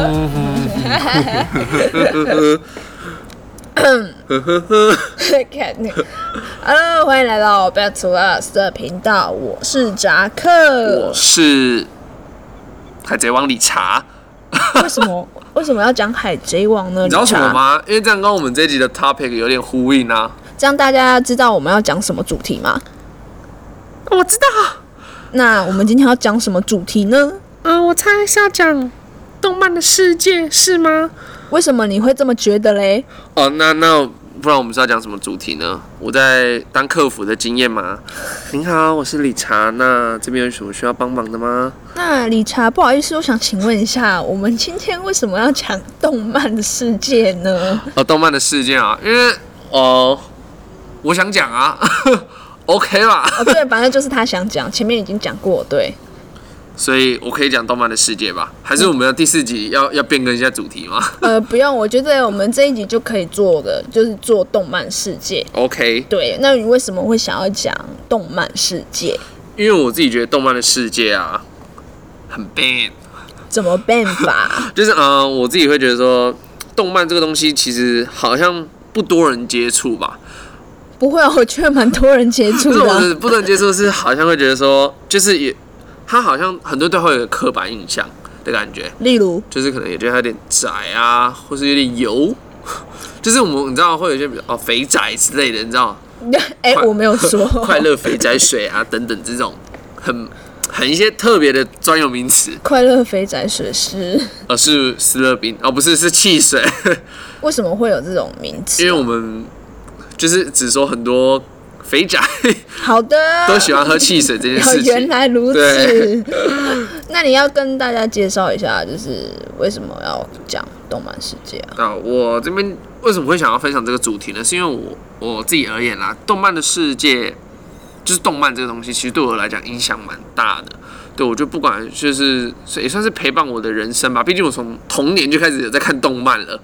看你，Hello，欢迎来到不要除了的频道，我是扎克我。是海贼王理查，为什么为什么要讲海贼王呢？你知道理什查么？吗？因为这样跟我们这一集的 topic 有点呼应啊。这样大家知道我们要讲什么主题吗？我知道，那我们今天要讲什么主题呢？嗯，我猜是要讲动漫的世界是吗？为什么你会这么觉得嘞？哦，那那不然我们是要讲什么主题呢？我在当客服的经验嘛。您好，我是理查，那这边有什么需要帮忙的吗？那理查，不好意思，我想请问一下，我们今天为什么要讲动漫的世界呢？哦，动漫的事件啊，因为哦，我想讲啊 ，OK 啦。哦，对，反正就是他想讲，前面已经讲过，对。所以我可以讲动漫的世界吧？还是我们的第四集要要变更一下主题吗呃，不用，我觉得我们这一集就可以做的，就是做动漫世界。 ？OK，对，那你为什么会想要讲动漫世界？因为我自己觉得动漫的世界啊，很 bad，怎么办法？就是嗯、呃我自己会觉得说，动漫这个东西其实好像不多人接触吧。不会啊，我觉得蛮多人接触不是的我啊。的不能接受，是好像会觉得说，就是也，他好像很多对他会有刻板印象的感觉，例 如，就是可能也觉得他有点窄啊，或是有点油， 就是我们你知道会有一些比较哦肥宅之类的，你知道吗。哎、快我没有说 快乐肥宅水啊等等这种很很一些特别的专有名词，快乐肥宅水师而是斯乐冰哦，不是是汽水，为什么会有这种名因词为？我们就是只说很多肥 宅好的，都喜欢喝汽水这件哦事原情。来如此对。那你要跟大家介绍一下，就是为什么要讲动漫世界啊？那我这边为什么会想要分享这个主题呢？是因为我我自己而言啦，动漫的世界就是动漫这个东西，其实对我来讲影响蛮大的。对，我就不管就是也算是陪伴我的人生吧。毕竟我从童年就开始有在看动漫了。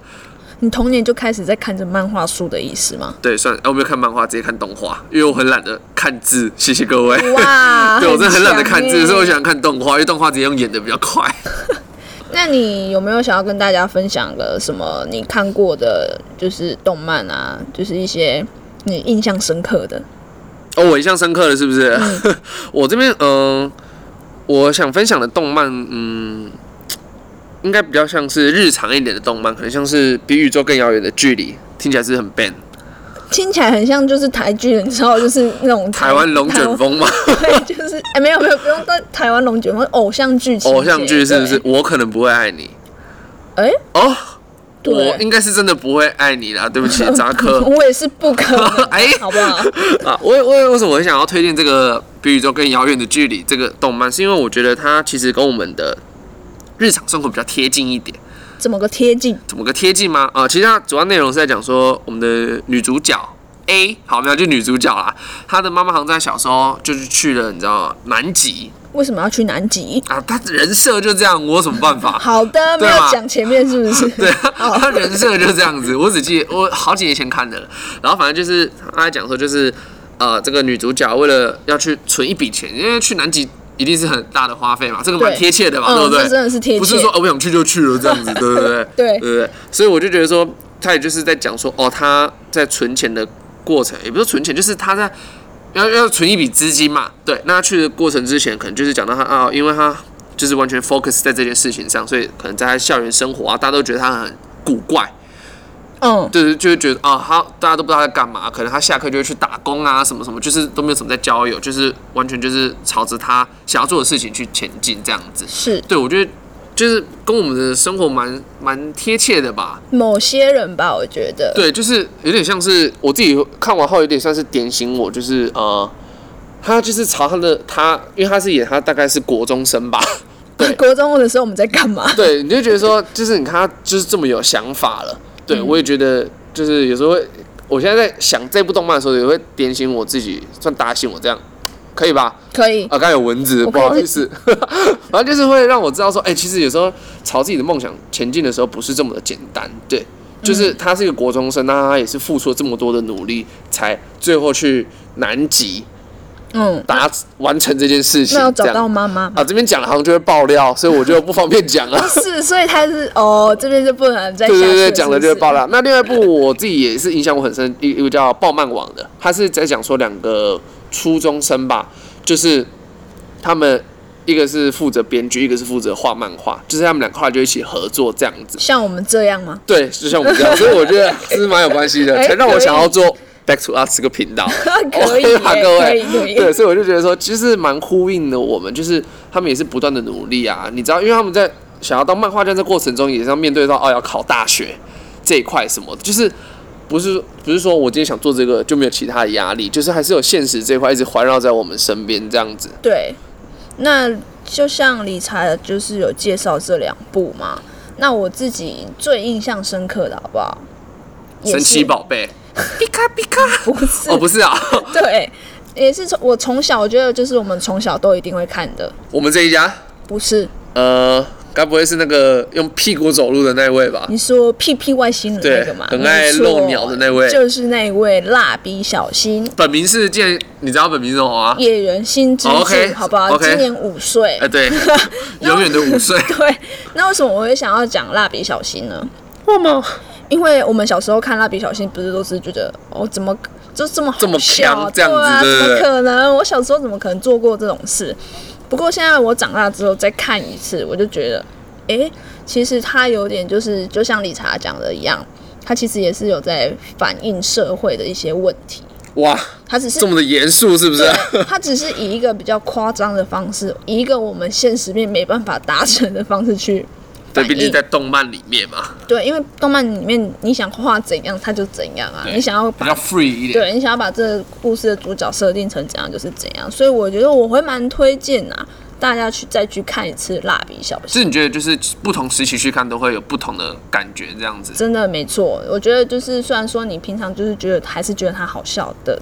你童年就开始在看着漫画书的意思吗？对，算了、哎我没有看漫画，直接看动画，因为我很懒得看字。谢谢各位。 哇， 对我真的很懒得看强欸字，耶所以我喜欢看动画，因为动画直接用演的比较快。那你有没有想要跟大家分享个什么你看过的，就是动漫啊，就是一些你印象深刻的？哦，我印象深刻了，是不是？ 我这边嗯、我想分享的动漫，嗯，应该比较像是日常一点的动漫，可能像是《比宇宙更遥远的距离》，听起来是很 ban。听起来很像就是台剧，你知道，就是那种台湾龙卷，风嘛，台湾对，就是哎、没有没有，不用到台湾龙卷风，偶像剧情节，偶像剧是不是对？？我可能不会爱你。哎哦，对我应该是真的不会爱你啦，对不起，扎克。 我也是不可能，哎好不好？啊，我我为什么会想要推荐这个《比宇宙更遥远的距离》这个动漫，是因为我觉得它其实跟我们的日常生活比较贴近一点。怎么个贴近？怎么个贴近吗？啊、其实它主要内容是在讲说我们的女主角 A，好，没有就女主角啦，她的妈妈好像在小时候就是去了，你知道南极为什么要去南极？啊，她人设就这样，我有什么办 法？好的，没对有吧讲前面是不是？对，啊 好他人设就是这样子。我只记得我好几年前看的了，然后反正就是他在讲说，就是呃，这个女主角为了要去存一笔钱，因为去南极一定是很大的花费嘛，这个蛮对贴切的嘛，嗯对不对？这真的是贴切不是说哦我想去就去了这样子，对不对？对对不对？所以我就觉得说，他也就是在讲说，哦，他在存钱的过程，也不是存钱，就是他在。要要存一笔资金嘛，对，那他去的过程之前，可能就是讲到他啊，因为他就是完全 focus 在这件事情上，所以可能在他校园生活啊，大家都觉得他很古怪，嗯，就是就会觉得啊，他大家都不知道他在干嘛，可能他下课就会去打工啊，什么什么，就是都没有什么在交友，就是完全就是朝着他想要做的事情去前进这样子。是对，我觉得就是跟我们的生活蛮蛮贴切的吧。某些人吧，我觉得。 对，就是有点像是我自己看完后，有点算是点醒我，就是呃，他就是朝他的他，因为他是演他大概是国中生吧， 对国中的时候我们在干嘛？对，你就觉得说，就是你看他就是这么有想法了。对，我也觉得，就是有时候会，我现在在想这部动漫的时候，也会点醒我自己，算打醒我这样，可以吧？可以啊，，刚才有蚊子，我不可以好意思。 反正就是会让我知道说，哎、其实有时候朝自己的梦想前进的时候，不是这么的简单。对，就是他是一个国中生，那他也是付出了这么多的努力，才最后去南极。嗯，达完成这件事情那要。找这到样妈妈吗？ 啊，这边讲了好像就会爆料，所以我就不方便讲了。是，所以他是哦，这边就不能再下对去对对，了讲了是不就会爆是料。那另外一部我自己也是影响我很深，一一部叫《爆漫网》的，他是在讲说两个初中生吧，就是他们一个是负责编剧，一个是负责画漫画，就是他们两块就一起合作这样子。像我们这样吗？ 对，就像我们这样，所以我觉得是蛮有关系的，哎才让我可以想要做 Back to Us 这个频道。可以 OK 耶，吧，啊各可位以，可以，哎对，所以我就觉得说，其实蛮呼应的。我们就是他们也是不断的努力啊，你知道，因为他们在想要当漫画家这过程中，也是要面对到哦要考大学这一块什么的，就是不是不是说我今天想做这个就没有其他的压力，就是还是有现实这一块一直环绕在我们身边这样子。对，那就像理查就是有介绍这两部嘛，那我自己最印象深刻的好不好？也神是奇宝贝，皮卡皮卡， 不是，哦不是啊， 对，也是从我从小我觉得就是我们从小都一定会看的，我们这一家，不是？呃，该不会是那个呃用屁股走路的那位吧？你说屁屁外星的那个嘛，对很爱没错露鸟的那位就是那位蜡笔小新。本名是见，你知道本名是什么吗？野人新之哦助， ，OK，好不好？ OK 今年五岁哎、， 对，永远的五岁。对。那为什么我会想要讲蜡笔小新呢？为么？因为我们小时候看蜡笔小新，不是都是觉得哦，怎么就这么好这么笑强这样子对啊，对不怎么对可能？我小时候怎么可能做过这种事？不过现在我长大之后再看一次，我就觉得，诶，其实他有点就是就像理查讲的一样，他其实也是有在反映社会的一些问题，哇，他只是这么的严肃是不是？对，他只是以一个比较夸张的方式，以一个我们现实面没办法达成的方式去对，反毕竟映。在动漫里面嘛，对，因为动漫里面你想画怎样，它就怎样啊。对你想要把比较 free 一点。对你想要把这个故事的主角设定成怎样就是怎样，所以我觉得我会蛮推荐啊，大家去再去看一次《蜡笔小新》。是你觉得就是不同时期去看都会有不同的感觉，这样子。真的没错，我觉得就是虽然说你平常就是觉得还是觉得它好笑的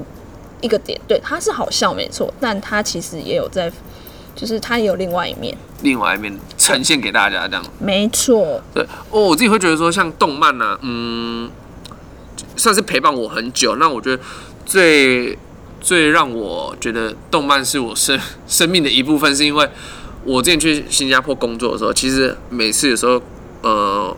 一个点，对，它是好笑没错，但它其实也有在，就是它也有另外一面，另外一面呈现给大家这样。没错，对，哦，我自己会觉得说，像动漫啊，嗯，算是陪伴我很久。那我觉得最最让我觉得动漫是我生 生命的一部分，是因为我之前去新加坡工作的时候，其实每次有时候呃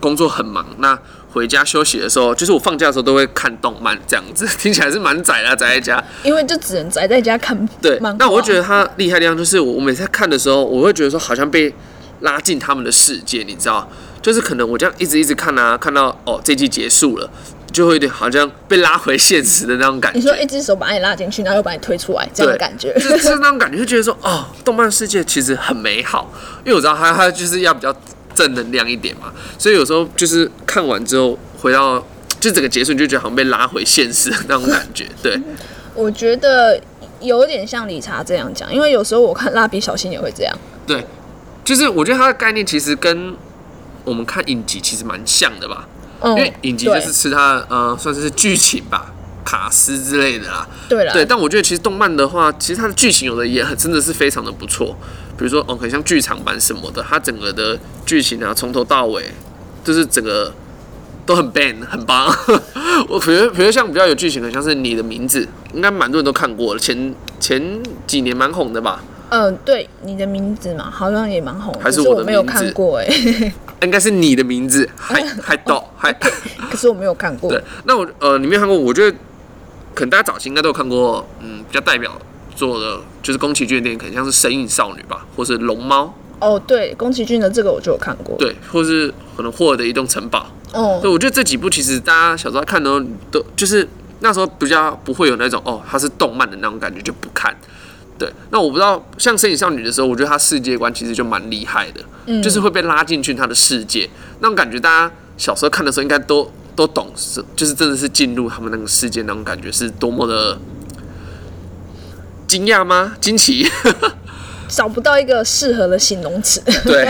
工作很忙，那回家休息的时候，就是我放假的时候都会看动漫这样子， 听起来是蛮窄的，宅在家。因为就只能宅在家看对漫画。，那我会觉得他厉害的地方就是，我我每次在看的时候，我会觉得说好像被拉进他们的世界，你知道，就是可能我这样一直一直看啊，看到哦这季结束了，就会有点好像被拉回现实的那种感你觉。说一哎只手把你拉进去，然后又把你推出来，这样的感觉。就是就是那种感觉，就觉得说哦，动漫世界其实很美好，因为我知道它它就是要比较正能量一点嘛，所以有时候就是看完之后回到就整个结束，你就觉得好像被拉回现实的那种感觉，对。 我觉得有点像理查这样讲，因为有时候我看蜡笔小新也会这样。对，就是我觉得它的概念其实跟我们看影集其实蛮像的吧，嗯，因为影集就对是吃它的呃算是剧情吧。卡斯之类的啦，对了，对，但我觉得其实动漫的话，其实它的剧情有的也很真的是非常的不错，比如说哦，很像剧场版什么的，它整个的剧情啊，从头到尾就是整个都很 ban 很棒。 我比如比如像比较有剧情的，像是你的名字，应该蛮多人都看过了，前前几年蛮红的吧，嗯，对，你的名字嘛，好像也蛮红，还是可是我的我没有名字看过哎、应该是你的名字，还还到还 可是我没有看过 对。那我呃，你没有看过，我觉得可能大家早期应该都有看过，嗯，比较代表作的就是宫崎骏的电影，可能像是《神隐少女》吧，或是《龙猫》，哦，对，宫崎骏的这个我就有看过。，对，或是可能《霍尔的移动城堡》。哦对，，我觉得这几部其实大家小时候看的时候都就是那时候比较不会有那种哦，它是动漫的那种感觉就不看。对，那我不知道像《身影少女》的时候，我觉得她世界观其实就蛮厉害的，就是会被拉进去她的世界，那种感觉大家小时候看的时候应该都都懂，是就是真的是进入他们那个世界那种感觉是多么的惊讶吗？惊奇？找不到一个适合的形容词， 对，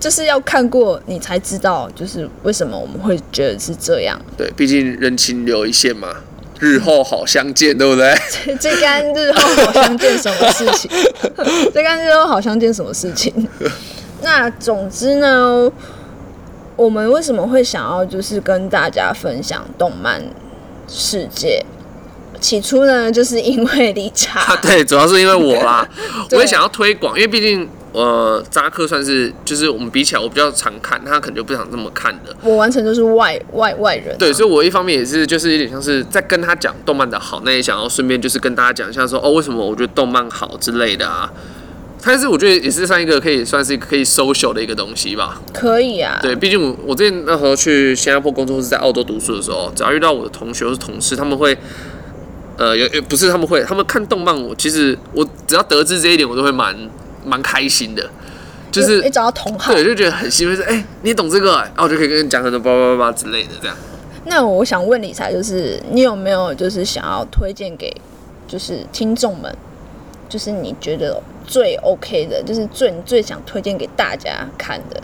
就是要看过你才知道，就是为什么我们会觉得是这样。 对，毕竟人情留一线嘛，日后好相见，对不对？这干日后好相见什么事情？这干日后好相见什么事 情？那总之呢，我们为什么会想要就是跟大家分享动漫世界？起初呢，就是因为理 啊，查，对，主要是因为我啦，我对也想要推广，因为毕竟呃，扎克算是就是我们比起来，我比较常看，他可能就不想这么看的。我完全就是外外外人啊、对，所以我一方面也是，就是有点像是在跟他讲动漫的好，那也想要顺便就是跟大家讲一下说，哦，为什么我觉得动漫好之类的啊。但是我觉得也是算一个可以算是可以 social 的一个东西吧。可以啊，对，毕竟我我之前那时候去新加坡工作或是在澳洲读书的时候，只要遇到我的同学或是同事，他们会，呃，也也不是他们会，他们看动漫我，其实我只要得知这一点，我都会蛮蛮开心的，就一是找到同好。对，就觉得很欣慰，说哎、你懂这个、哎然后我就可以跟你讲很多叭叭叭叭之类的这样。那我想问理财，就是你有没有就是想要推荐给就是听众们，就是你觉得最 OK 的，就是最你最想推荐给大家看的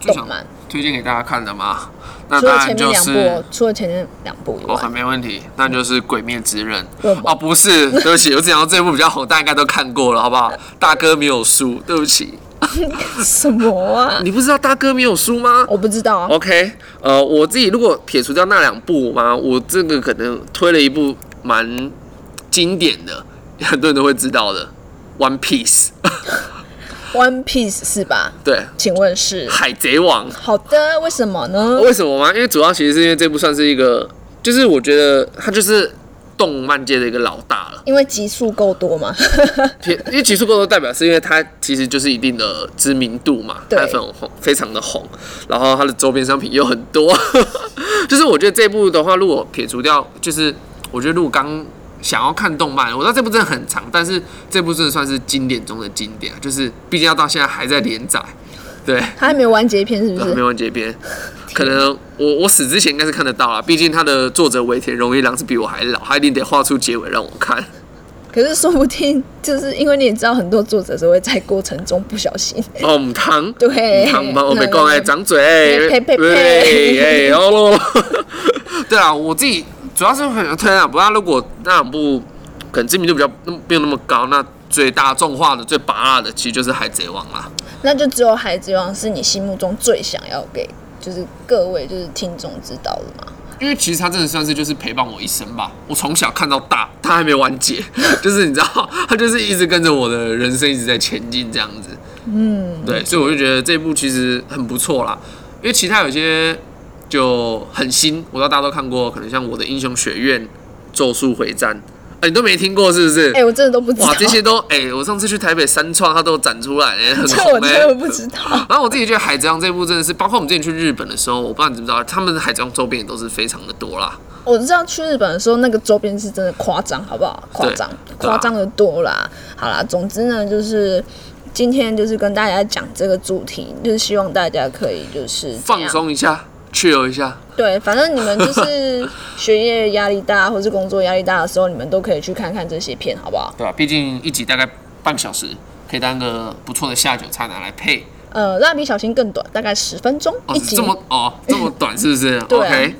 最动想漫？推荐给大家看的嘛，那除啊当了前面然就两部是哦，除了前面两部以哦，很外，没问题，那就是《鬼灭之刃》为什么哦，不是，对不起，我只想到这部比较红，大家应该都看过了，好不好？大哥没有输，对不起，什么 啊？你不知道大哥没有输吗？我不知道啊。 OK，呃，我自己如果撇除掉那两部嘛，我这个可能推了一部蛮经典的， 很多人都会知道的，《One Piece》 One Piece 是吧？ 对，请问是？《海贼王》好的，为什么呢？为什么吗？因为主要其实是因为这部算是一个，就是我觉得它就是动漫界的一个老大了。因为集数够多嘛。 其因为集数够多，代表是因为它其实就是一定的知名度嘛，对它粉红非常的红，然后它的周边商品又很多， 就是我觉得这部的话，如果撇除掉，就是我觉得如果刚想要看动漫，我知道这部真的很长，但是这部真的算是经典中的经典，啊就是毕竟要到现在还在连载，对，它还没有完结篇是不没是？完结篇，可能我我死之前应该是看得到啦，毕竟它的作者尾田荣一郎是比我还老，他一定得画出结尾让我看。可是说不定就是因为你也知道，很多作者都会在过程中不小心。哦，唔通，对唔通，唔通，我那被讲哎，长嘴， 呸呸呸喂哎，哦 喽，对啊，我自己主要是很推啊，不然如果那两部可能知名度比较没有那么高，那最大众化的、最拔辣的，其实就是《海贼王》啦。那就只有《海贼王》是你心目中最想要给就是各位就是听众知道的嘛？因为其实它真的算是就是陪伴我一生吧，我从小看到大，它还没完结， 就是你知道， 它就是一直跟着我的人生一直在前进这样子。嗯，对，所以我就觉得这部其实很不错啦，因为其他有些就很新，我知道大家都看过，可能像《我的英雄学院》《咒术回战》，哎、你都没听过是不是？哎、我真的都不知道哇，，这 些都哎、我上次去台北三创，它都有展出来，哎很这红我哎、真的不知道。然后我自己觉得《海贼王》这部真的是，包括我们之前去日本的时候，我不知道你知不知道，他们的《海贼王》周边也都是非常的多啦。我知道去日本的时候，那个周边是真的夸张，好不好？夸张，对啊夸张的多啦。好啦，总之呢，就是今天就是跟大家讲这个主题，就是希望大家可以就是怎放样。松一下，去游一下。对，反正你们就是 学业压力大或是工作压力大的时候，你们都可以去看看这些片，好不好？对吧、啊毕竟一集大概半个小时，可以当个不错的下酒菜拿来配。呃，蜡笔小新更短，大概十分钟哦，一集。这么哦，这么短是不 是对啊 o k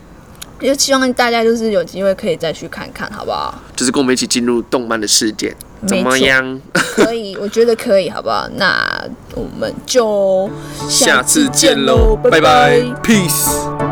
就希望大家就是有机会可以再去看看，好不好？就是跟我们一起进入动漫的世界，没怎错么 样？可以，我觉得可以，好不好？那我们就下次见喽，拜拜拜拜，peace。